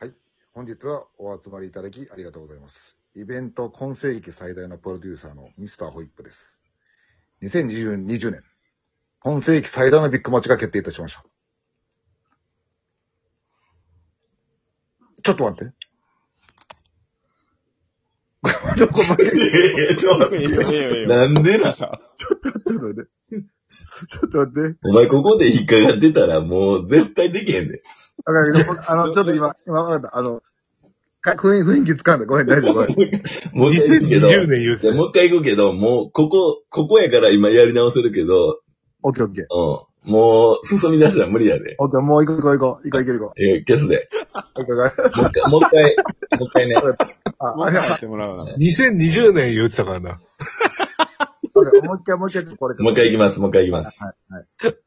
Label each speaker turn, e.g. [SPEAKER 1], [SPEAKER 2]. [SPEAKER 1] はい。本日はお集まりいただきありがとうございます。イベント今世紀最大のプロデューサーのミスターホイップです。2020年、今世紀最大のビッグマッチが決定いたしました。ちょっと待って。ちょっと待って。
[SPEAKER 2] いや、ちょっと待
[SPEAKER 3] いいよ、いいよ、いいよ。
[SPEAKER 2] なんでな
[SPEAKER 1] ちょっと待って。ちょっと待って。
[SPEAKER 2] お前ここで引っかかってたらもう絶対できへんで。
[SPEAKER 1] わかるけど、あの、ちょっと今、今わかった。あの、か雰囲雰囲気つかんだ。ごめん、大丈夫、ごめん。
[SPEAKER 2] もう一回行くけど、
[SPEAKER 3] 2020年優
[SPEAKER 2] じゃあ
[SPEAKER 3] 先。
[SPEAKER 2] もう一回行くけど、もうここ、ここやから今やり直せるけど、
[SPEAKER 1] オッケーオッケー。
[SPEAKER 2] うん。もう進み出したら無理やで。
[SPEAKER 1] オッケー、もう行こう行こう。行こう行こう行こ
[SPEAKER 2] えー、消すで。
[SPEAKER 1] う。行こう行こ
[SPEAKER 2] もう一回、もう一回、もう一回ね。
[SPEAKER 1] う。あ、
[SPEAKER 3] もう
[SPEAKER 1] あれ
[SPEAKER 3] 一回や
[SPEAKER 1] は
[SPEAKER 3] ってもらうな。2020年言うてたからな。
[SPEAKER 1] オッケーもう一回、もう一回、これ。
[SPEAKER 2] もう一回行きます、もう一回行きます。
[SPEAKER 1] はい、はい。